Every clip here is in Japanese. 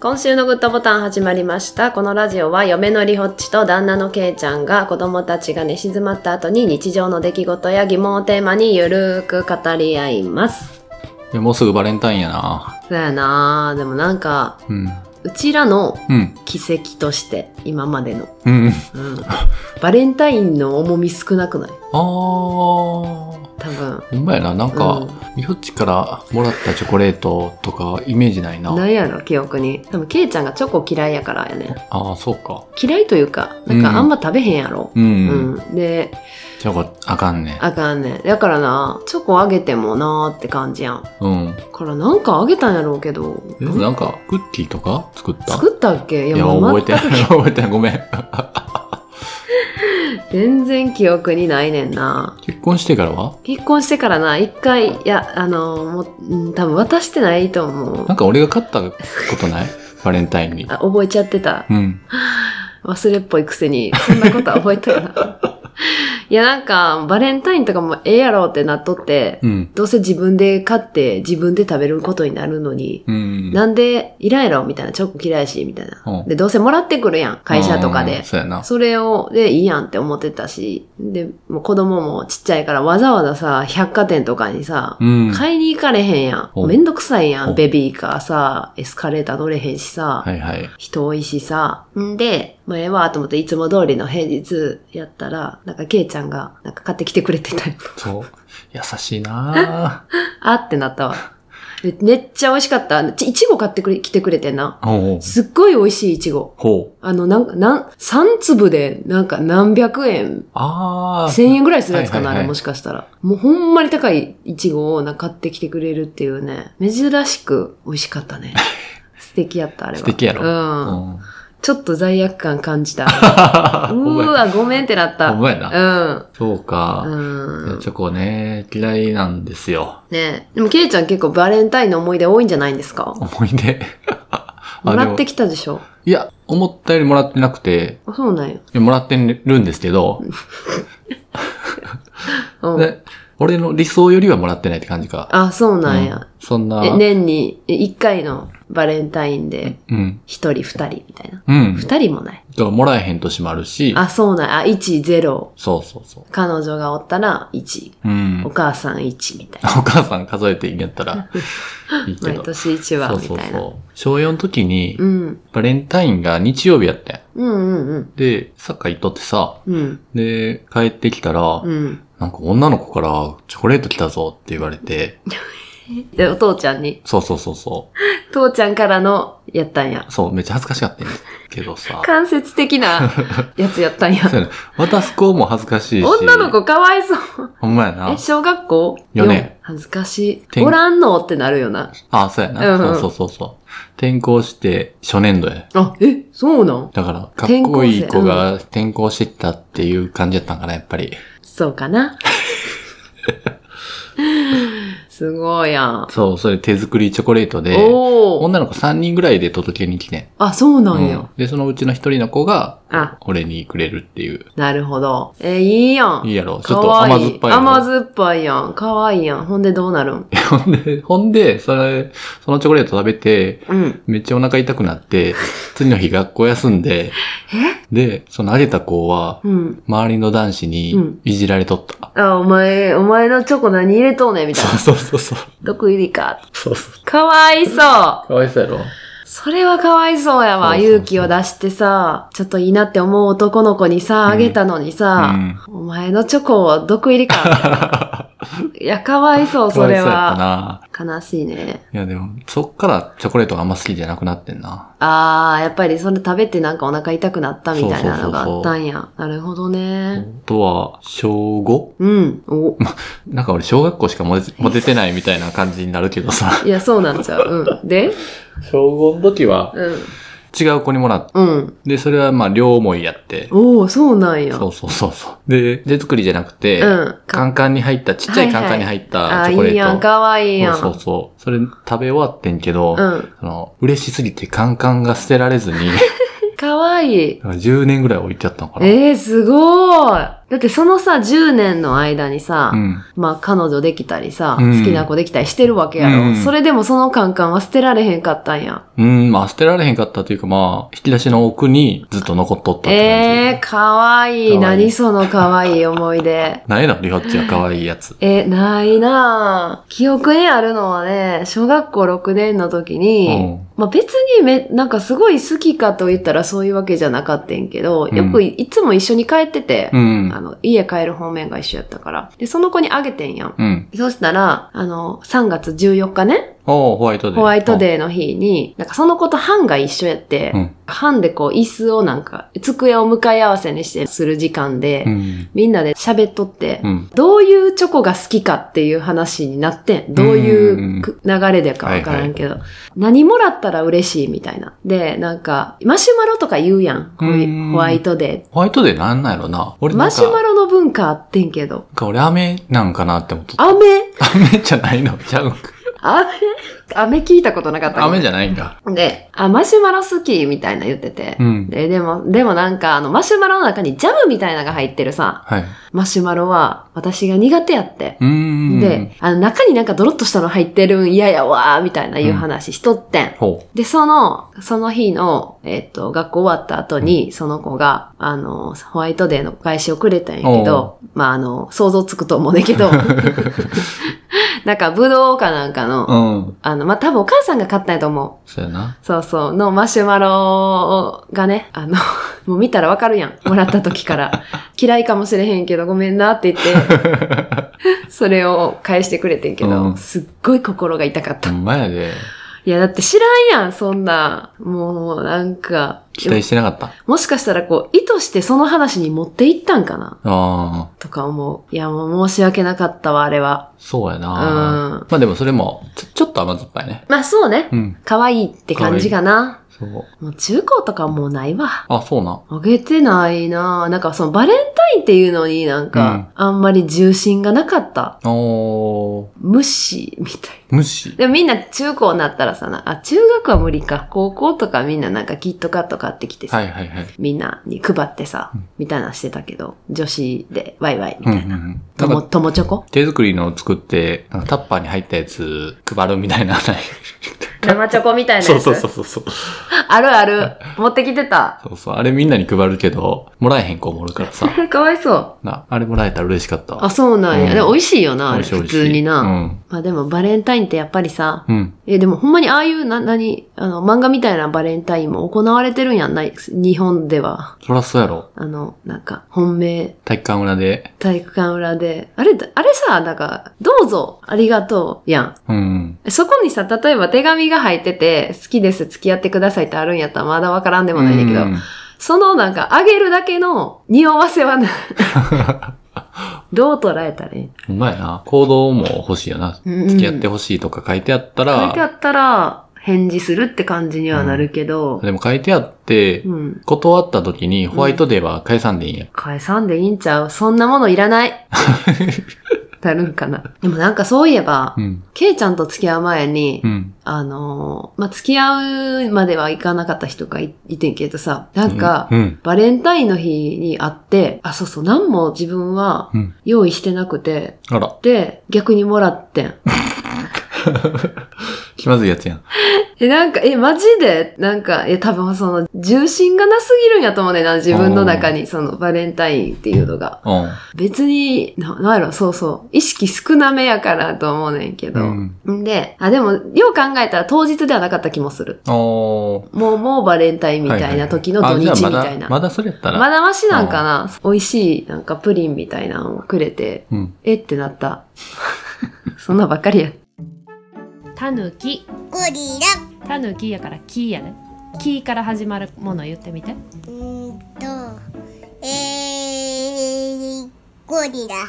今週のグッドボタン始まりました。このラジオは嫁のりほっちと旦那のけいちゃんが子供たちが寝静まった後に日常の出来事や疑問をテーマにゆるーく語り合います。いやもうすぐバレンタインやな。そうやなでもなんか、うん。うちらのうん。奇跡として、今までの。うん。うん。バレンタインの重み少なくないあー。ほ多分。んまやな。なんうかん、みほっちからもらったチョコレートとかイメージないな。なんやろ記憶に多分ケイちゃんがチョコ嫌いやからやねああ、そうか。嫌いというかなんかうんあんま食べへんやろ、う。うんでチョコ、あかんね。あかんねんだからなチョコあげてもなーって感じやんだうん。からなんかあげたんやろうけどでもなんか、クッキーとか作った作ったっけいいやや、もう覚え全てない。 覚えてない。ごめん。く全然記憶にないねんな結婚してからは結婚してからな一回いやあのもううん多分渡してないと思うなんか俺が買ったことないバレンタインに。あ覚えちゃってたうん。忘れっぽいくせに、そんなことは覚えて るな。いや、なんか、バレンタインとかもええやろってなっとって、うん。どうせ自分で買って自分で食べることになるのに、うん。なんでいらんやろみたいな、チョコ嫌いやし、みたいなう。んで、どうせもらってくるやん、会社とかうんで。そうやな。それを、で、いいやんって思ってたし、で、もう子供もちっちゃいからわざわざさ、百貨店とかにさう、ん。は買いに行かれへんやん。うんめんどくさいや、うんんベビーカーさ、エスカレーター乗れへんしさ。いはい。人多いしさ。んで、まあ、ええわと思って、いつも通りの平日やったら、なんか、ケイちゃんが、なんか買ってきてくれてたよ。そう。優しいなぁ。 あってなったわ。でめっちゃ美味しかった。ちいちご買ってくれ、来てくれてんな。おうすっごい美味しいいちご。ほう。あの、なんか、なん、3粒で、なんか何百円、ああ。 1000円ぐらいするやつかな、はいはいはいあれもしかしたら。もうほんまに高いいちごをなんか買ってきてくれるっていうね。珍しく美味しか ったね。素敵やった、あれは。素敵やろ うん。うん。ちょっと罪悪感感 じた。うほんまーやわ、ごめんってなった。 ほんまやな。うそうか。ん。うん。チョコね、嫌いなんですよ。ねえでも、ケイちゃん結構バレンタインの思い出多いんじゃないんですか思い出。 もらってききたでしょいや、思ったよりもらってなくて、あ、そうなんや。いやもらってるんですけど、うん。で俺の理想よりはもらってないって感じか。あ、そうなんや。うんそんな。え、年に1回のバレンタインで、うん。 1人、2人みたいな。うん。だか2人もない。らもらえへん年もあるし、あ、そうなんや。あ、1、0。そうそうそ彼女がおったら1。う。うん。おお母さん1みたいな。母さん数えていいんやっ たら、いいけ毎ど。年1そ話うみそうたいな。そう。小4の時にう、ん。バレンタインが日曜日やったんやうんうんうん。で、サッカー行っとってさ、うん。で、帰ってきたら、うん。なんか女の子からチョコレート来たぞって言われて、で、お父ちゃんに。そうそうそうそ父ちゃんからの、やったんや。う。そう、めっちゃ恥ずかしかったんやけどさ。間接的 なやつやったんや。そうやね渡す子も恥ずかしいし。女の子かわいそう。ほんまやなえ、。小学校四年四恥ずかしい。転おらんのってなるよな。あ、そうやな。うんうんそうそうそうそう。転校して初年度や。あ、え、そうなんだから、かっこいい転校生子が転校してきたっていう感じやったんかな、やっぱり。そうか な。すごいやん。そう、それ手作りチョコレートで、おお。女の子3人ぐらいで届けに来てん。あ、そうなんうや。んで、そのうちの一人の子が、あ、俺にくれるっていう。なるほど。え、いいやん。いいやろ。ちょかっとわい甘い。酸っぱいやろ。甘酸っぱいやん。かわいいやん。ほんでどうなるんほんで、ほんで、それ、そのチョコレート食べて、うん。めっちゃお腹痛くな って、次の日学校休んで、で、そのあげた子は、うん。周りの男子うんにいじられとった。あ、お前、お前のチョコ何入れとんねんみたいな。そうそうそうそう。毒入りか。そうそう。かわいそう。かわいそうやろ。それはかわいそうやわ。そうそうそう勇気を出してさ、ちょっといいなって思う男の子にさ、うんあげたのにさ、 お前のチョコを毒入りか。いや、かわいそう、かわそいそうれやったは。な。悲しいね。いやでも、そっからチョコレートがあんま好きじゃなくなってんな。あー、やっぱりそれ食べてなんかお腹痛くなったみたいなのがあったんや。なるほどあね。とは、小 5? うん。お。なんか俺小学校しかモテモテてないみたいな感じになるけどさ。いや、そうなんちゃう。うん。で小5の時はうん。違う子にもらって、うん。で、それはまあ両思いやって、おー、そうなんや。そうそうそうそう。で、手作りじゃなくて、うん。カンカンに入った、ちっちゃいカンカンに入ったあチー、ョコレート。いいやん、かわいいやん。そうそうそう。それ食べ終わってんけど、うん。その嬉しすぎてカンカン が捨てられずに、かわいい。なんか10年ぐらい置いてあったのかな。ええー、すごい。だってそのさ、10年の間にさ、うん。まあ彼女できたりさ、うん好きな子できたりしてるわけやろ。うんそれでもそのカンカンは捨てられへんかったんや。うん、まあ捨てられへんかったというか、まあ、引き出しの奥にずっと残っとったって感じ。ええー、かわいい。かわいい何そのかわいい思い出。ないのリホッチは可愛いやつ。え、ないなぁ。記憶にあるのはね、小学校6年の時に、うんまあ別にめ、なんかすごい好きかと言ったらそういうわけじゃなかったんやけど、うんよくいいつも一緒に帰ってて、うんあ。の、家帰る方面が一緒やったから。で、その子にあげてんやん。うん。そうしたら、あの、3月14日ね、おーホワイトデー。ホワイトデーの日に、なんかその子と班が一緒やって、うん班でこう椅子をなんか、机を向かい合わせにしてする時間で、うん。みんなで喋っとって、うん。どういうチョコが好きかっていう話になってん。どういうく流れでかわからんけど、何もらったら嬉しいみたいな。で、なんか、マシュマロとか言うやん。こういううんホワイトデホワイトデーなんなんやろな。俺ー。なんマか、シュマロの文化あってんけど。なんか俺飴なんかなって思っとった。飴飴じゃないのちゃうんか。飴飴聞いたことなかったけど。飴じゃないんだ。で、あ、マシュマロ好きみたいな言ってて。うん。で、でも、でもなんか、あの、マシュマロの中にジャムみたいなのが入ってるさ、はい。マシュマロは私が苦手やって。うーん。で、、あの、中になんかドロッとしたの入ってるん嫌やわー、みたいないう話しとってん。ほで、その、その日の、えっと、学校終わった後に、その子が、あの、ホワイトデーのお返しをくれたんやけど、まあ、あの、想像つくと思うねんけど、なんか、ブドウかなんかう。うの、ん。あの、まあ、多分お母さんが買ったんやと思う。そうやな。そうそう、のマシュマロがね、あの、 もう見たらわかるやん。もらった時から。嫌いかもしれへんけど、ごめんなって言って、 それを返してくれてんけど、うんすっごい心が痛かっほた。いんまやで。や、だって知らんやん、そんな。もう、なんか。期待してなかった。もしかしたらこう、意図してその話に持っていったんかなああ、とか思う。いや、もう申し訳なかったわ、あれは。そうやうん。な。ままあでもそれも、ちょちょっと甘酸っぱいね。あ、そうねう。ん。可愛いって感じかな。そう。もう中高とかもうないわ。あ、そうな。あげてないなぁ。なんかそのバレンタインっていうのになんか、あんまり重心がなかった。おー、無視みたい。無視。でもみんな中高になったらさ、なあ、中学は無理か。高校とかみんななんかキットカット買ってきてさ、はいはいはい。みんなに配ってさうん、みたいなのしてたけど、女子でワイワイみたうんうんいな。うん。なとんも、か、ともチョコ手作りのを作って、なんかタッパーに入ったやつ配るみたいな。生チョコみたいなやつ。そうそうそうそうそう。あるある。持ってきてた。そうそう。あれみんなに配るけど、もらえへん子もおるからさ。かわいそう。な、あれもらえたら嬉しかったわ。あ、そうなんや。うんでも美味しいよな、あ美れ味しい美普味しい通にな。まあでもバレンタインってやっぱりさ、うん。うん。え、でもほんまにああいう、な、なに、あの、漫画みたいなバレンタインも行われてるんやんない日本では。そらそうやろ。あの、なんか、本命、体育館裏で。体育館裏で。あれ、あれさ、なんか、どうぞ、ありがとう、やうん。ん。そこにさ、例えば手紙が入ってて、好きです、付き合ってくださいってあるんやったらまだわからんででもないんだけど、そのなんか、あげるだけの匂わせは な、どう捉えたらいいほんまやな。行動も欲しいよな。うん付き合ってほしいとか書いてあった書いてあら、ったら、返事するって感じにはなるけど、でも書いてあってう、ん。断った時にホワイトデーは返さんでいいんや。返さんでいいんちゃうそんなものいらない。なるんかな。でもなんかそういえばう、ん。ケイちゃんと付き合う前に、うん。あのーまあ、付き合うまではいかなかった人がいいてんけどさ、なんか、うん。バレンタインの日に会って、あ、そうそう、何も自分はうん。用意してなくて、あら、で、逆にもらってん。気まずいやつやん。え、なんか、え、マジでなんか、え、多分その、重心がなすぎるんやと思うねんな、自分の中に、その、バレンタインっていうのが。うん。別に、な、なんやろ、そうそう。意識少なめやからと思うねんけど。うんん、で、あ、でも、よう考えたら当日ではなかった気もする。おー。もう、もうバレンタインみたいな時の土日みたいな。あじゃあまだ、まだそれやったら。まだましなんかな美味しい、なんかプリンみたいなのをくれて、うん。えってなった。 そんなばっかりや。たぬき。ゴリラ。たぬきやから、きやね。きから始まるもの言ってみて。うーんと、えー、ゴリラ。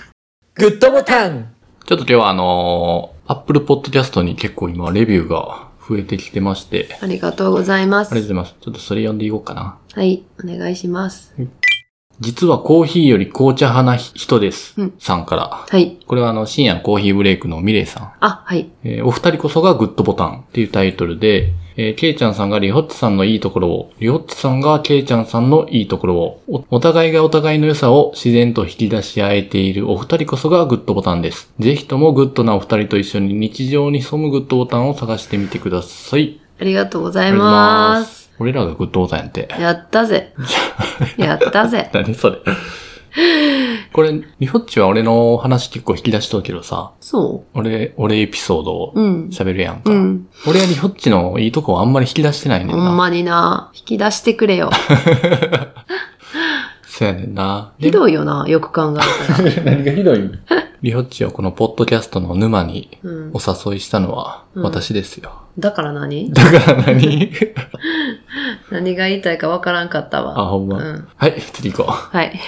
グッドボタンちょっと今日はあのー、Apple Podcast に結構今レビューが増えてきてまして、ありがとうございまありがとうごす。ざいます。ちょっとそれ読んでいこうかな。はい、お願いします。実はコーヒーより紅茶派な人です。うんさんから。はい。これはあの、深夜のコーヒーブレイクのミレイさん。あ、はい。えーお二人こそがグッドボタンっていうタイトルで、えーケイちゃんさんがリホッチさんのいいところを、リホッチさんがケイちゃんさんのいいところを、おお互いがお互いの良さを自然と引き出し合えているお二人こそがグッドボタンです。ぜひともグッドなお二人と一緒に日常に潜むグッドボタンを探してみてください。ありがとうござあいま。りがとうございますす。俺らがグッドボタンやって。やったぜ。やったぜ。何それ。これ、リホッチは俺の話結構引き出しとるけどさ、そ俺、俺エピソードをう。うん。喋るやんか。うん。俺はリホッチのいいとこをあんまり引き出してないねんほな。んまにな。引き出してくれ よ。そうやねんな。ひい。どいよな、よく考えたら。 何がひどいリホッチをこのポッドキャストの沼にうんお。誘いしたのはうん私ですよ。だから何だから何何が言いたいかわからんかったあ、わ。ほんうま。ん。はい、次行こう。はい。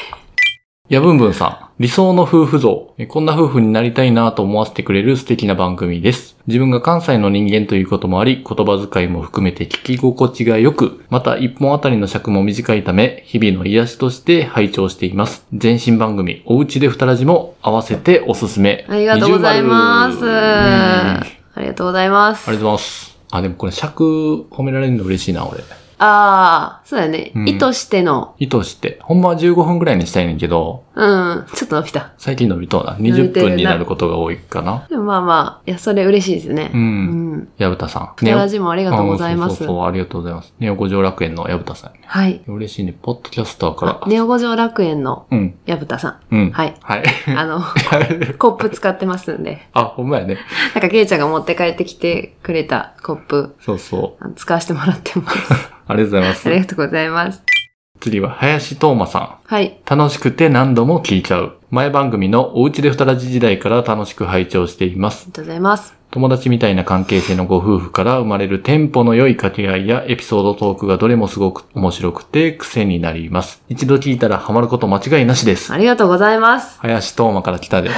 やぶんぶんさん、理想の夫婦像。えこんな夫婦になりたいなと思わせてくれる素敵な番組です。自分が関西の人間ということもあり、言葉遣いも含めて聞き心地が良く、また一本あたりの尺も短いため、日々の癒しとして拝聴しています。前身番組、おうちでふたらじも合わせておすすめ。ありがとうございま二す。重丸うんありありがとうございますがとうご。ざいます。あ、でもこれ尺褒められるの嬉しいな、俺。ああ、そうだねう。ん意図しての。意図して。ほんまは15分くらいにしたいねんけど、うん。ちょっと伸びた。最近伸びとうな。伸び20てるな分になることが多いかな。でもまあまあ、いや、それ嬉しいですね。う。うんん。矢蓋さん。ふたらじもありあがとうございまそうそすう。そう、ありがとうございます。ネオ五条楽園の矢蓋さんね。はい。嬉しいね。ポッドキャスターかあら。ネオ五条楽園のうん。矢蓋さん。うん。はい。はい。あの、コップ使ってますんで。 あ、ほんまやね。なんか、ケイちゃんが持って帰ってきてくれたコップ、そうそう。あの使わせてもらってます。 ありがとうございまありす。がとうございます。次は、林東馬さん。はい。楽しくて何度も聞いちゃう。前番組のおうちでふたらじ時代から楽しく拝聴していまあすり。がとうございます。友達みたいな関係性のご夫婦から生まれるテンポの良い掛け合いやエピソードトークがどれもすごく面白くて癖になります。一度聞いたらハマること間違いなしです。ありがとうございます。林東馬から 来たで。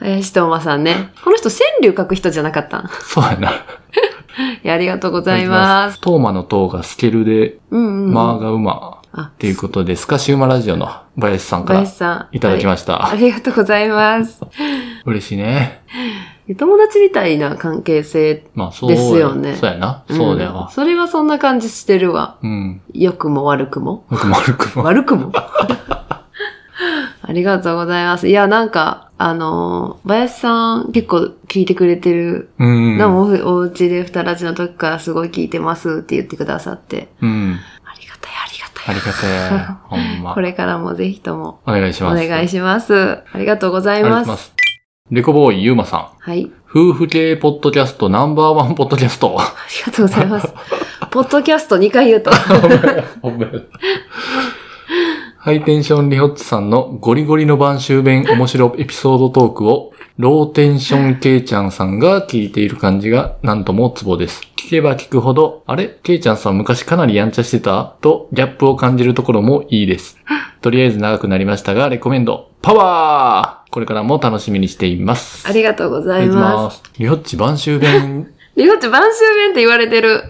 林と馬さんね。この人、川柳書く人じゃなかったん そうやな。いや、ありがとうございます。トーマの塔がスケルで、うんうん、うん。マーが馬あっ、ていうことで、スカシウマラジオの林さんから林さん。いただきましした。ありがとうございます。嬉しいね。友達みたいな関係性。まあそう。ですよねそうやな。んそうだよ。それはそんな感じしてるわ。うん。良くも悪く も。僕も悪くも。悪くも。 ありがとうございます。いや、なんか、あのー林さん結構聞いてくれてる。うん。なお、お家で二らじの時からすごい聞いてますって言ってくださって。うん。ありがたい、ありがたあい。りが たい。ほんまこ。れからもぜひともお願いしおます。願いします。ありがとうござあいりがとうます。ございます。レコボーイゆうまさん。はい。夫婦系ポッドキャストナンバーワンポッドキャスト。ありがとうござい ます。ポッドキャスト2回言うと。ハイテンションリホッチさんのゴリゴリの晩秋弁面白エピソードトークをローテンションケイちゃんさんが聞いている感じがなんともツボです。聞けば聞くほど、あれケイちゃんさん昔かなりやんちゃしてたとギャップを感じるところもいいです。とりあえず長くなりましたが、レコメンド。パワーこれからも楽しみにしています。ありがとうございありがとうございま。ます す。リホッチ晩秋弁、リホッチ晩秋弁って言われてる。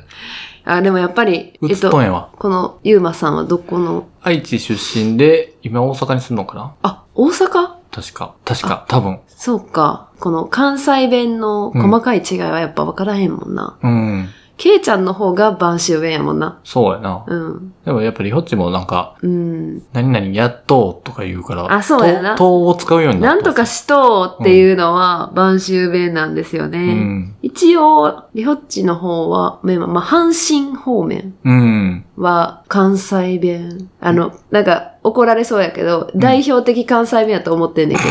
あ、でもやっぱり、うえっつとんと、やわ。このユーマさんはどこの、愛知出身で、今大阪に住んのかなあ、大阪確か。確か。多分。そうか。この関西弁の細かい違いはやっぱ分からへんもんな。うん。ケイちゃんの方が晩秋弁やもんな。そうやな。うん。でもやっぱりホッチもなんか、うん。何々やっとうとか言うから、あそうやなととうを使うようにななった。んとかしとうっていうのは晩秋弁なんですよね。うん。一応、リホッチの方は、まあ、まあ、阪神方面うん。は関西弁。あの、なんか怒られそうやけど、代表的関西弁やと思ってんねんけ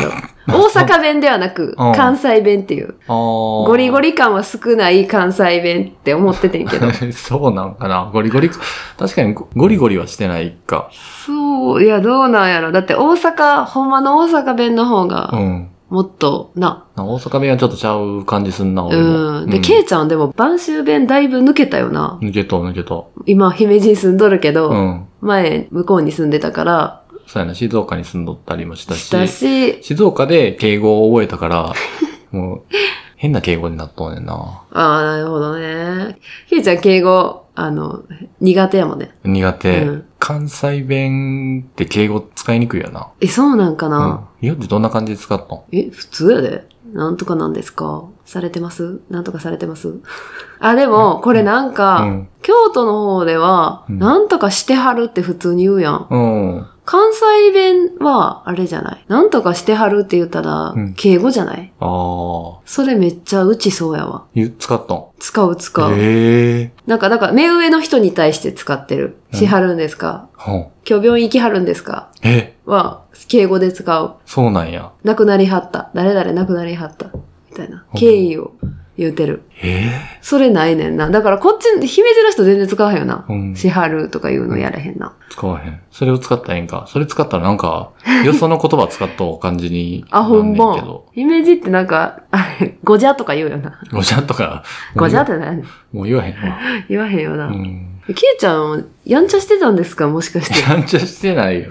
ど、大阪弁ではな く、うん関西弁っていう、あーゴリゴ。リ感は少ない関西弁って思っててんけど。 そうなんかな。ゴリゴリ。確かにゴゴリゴリはしてないか。そう、いや、どうなんやろ。だって大阪、ほんまの大阪弁の方うが、ん。もっと、な。な大阪弁はちょっとちゃう感じすんな、俺も。うん。で、ケイちゃんでも晩秋弁だいぶ抜けたよな。抜けとう、抜けと今、姫路に住んどるけど、う。うん。前、向こうに住んでたから、そうやな。静岡に住んどったりもしたし。したし、静岡で敬語を覚えたから、もう、変な敬語になっとうねんな。ああ、なるほどね。ひーちゃん敬語、あの、苦手やもんね。苦手。うん関西弁って敬語使いにくいよな。え、そうなんかう。、なん日本ってどんな感じで使ったのえ、普通やで。なんとかなんですかされてますなんとかされてます あ、でも、これなんか、うん京都の方では、うんなんとかしてはるって普通に言うやん。うん。関西弁は、あれじゃない。なんとかしてはるって言ったらうん、敬語じゃない、あーそれめっちゃうちそうやわ。ゆ使ったん使う使う。ええなんか、だから、目上の人に対して使ってる。うんしはるんですか、うん今日病院行きはるんですかえ、は、敬語で使う。そうなんや。亡くなりはった。誰々亡くなりはった。みたいなう。ん敬意を言うてる。えそれないねんな。だからこっち、姫路の人全然使わへんよなえ。うん。しはるとか言うのやれへんな。使わへん。それを使ったらええんか。それ使ったらな んか、よその言葉使った感じにあ、ほんなんまねけど。。姫路ってなんか、あれ、ごじゃとか言うよな。ごちゃとか。ごじゃって何もう言わへんわ。 言わへんような。ん。キエちゃん、やんちゃしてたんですかもしかして。やんちゃしてないよ。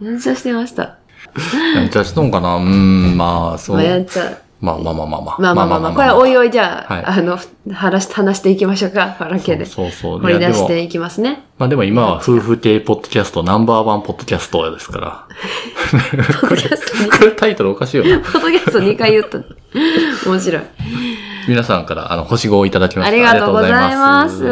やんちゃしてました。やんちゃしとんかなうん、まあ、そまあ、やう。んちゃ。まあまあまあまあまあ。まあまあまあまあ、これはおいおいじゃあ、はいあの、話し、話していきましょうか。ファラケで。そうそうそう。掘いやりで出しも、ていきますね。まあでも今は夫婦系ポッドキャストナンバーワンポッドキャストですから。ポッドキャストにこれタイトルおかしいよな。ポッドキャスト2回言った。面白い。皆さんからあの星5をいただきました。ありがとうございます。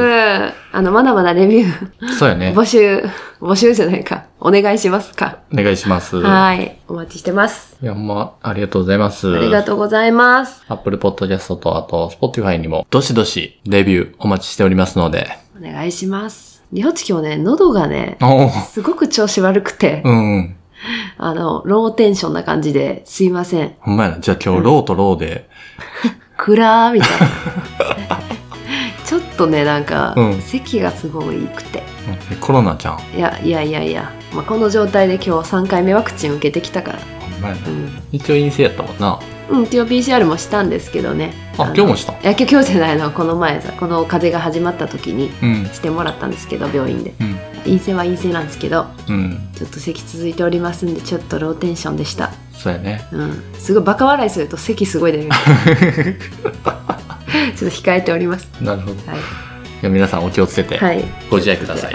あの、まだまだレビュー、そうやね。募集、募集じゃないか。お願いしますか。お願いします。いはい。お待ちしてます。や、ほんまあ、りがとうございます。ありがとうございます。アップルポッドキャストと、あと、Spotify にも、どしどし、レビューお待ちしておりますので。お願いします。りほちきもね、喉がね、おーすごく調子悪くて、うんうん。あの、ローテンションな感じですいません。ほんまやな。じゃあ今日、ローとローで、くらーみたいな。ちょっとね、なんか、うん咳がすごいくて。うんコロナちゃん。いや、いやいやいや、まあ、この状態で今日3回目ワクチン受けてきたから。ほんまやなうん。一応陰性やったもんな。うん、今日 PCR もしたんですけどね。あ、の今日もした。いや、今日今日じゃないの、この前さ、この風邪が始まった時にうん。してもらったんですけど、病院で。うん。陰性は陰性なんですけど、うん。ちょっと咳続いておりますんで、ちょっとローテンションでした。そうやね。うん。すごい、バカ笑いすると咳すごい出る。 ちょっと控えております。なるほど。いはい。や、皆さんお気をつけて、はい。ご自愛ください。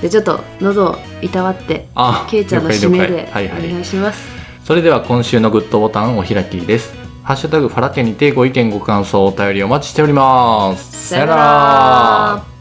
で、ちょっと喉をいたわって、あケイちゃんの了解締めで了お解はいはい。願いします。それでは今週のグッドボタンお開きです。ハッシュタグファラ家にてご意見ご感想お便りお待ちしております。さよなら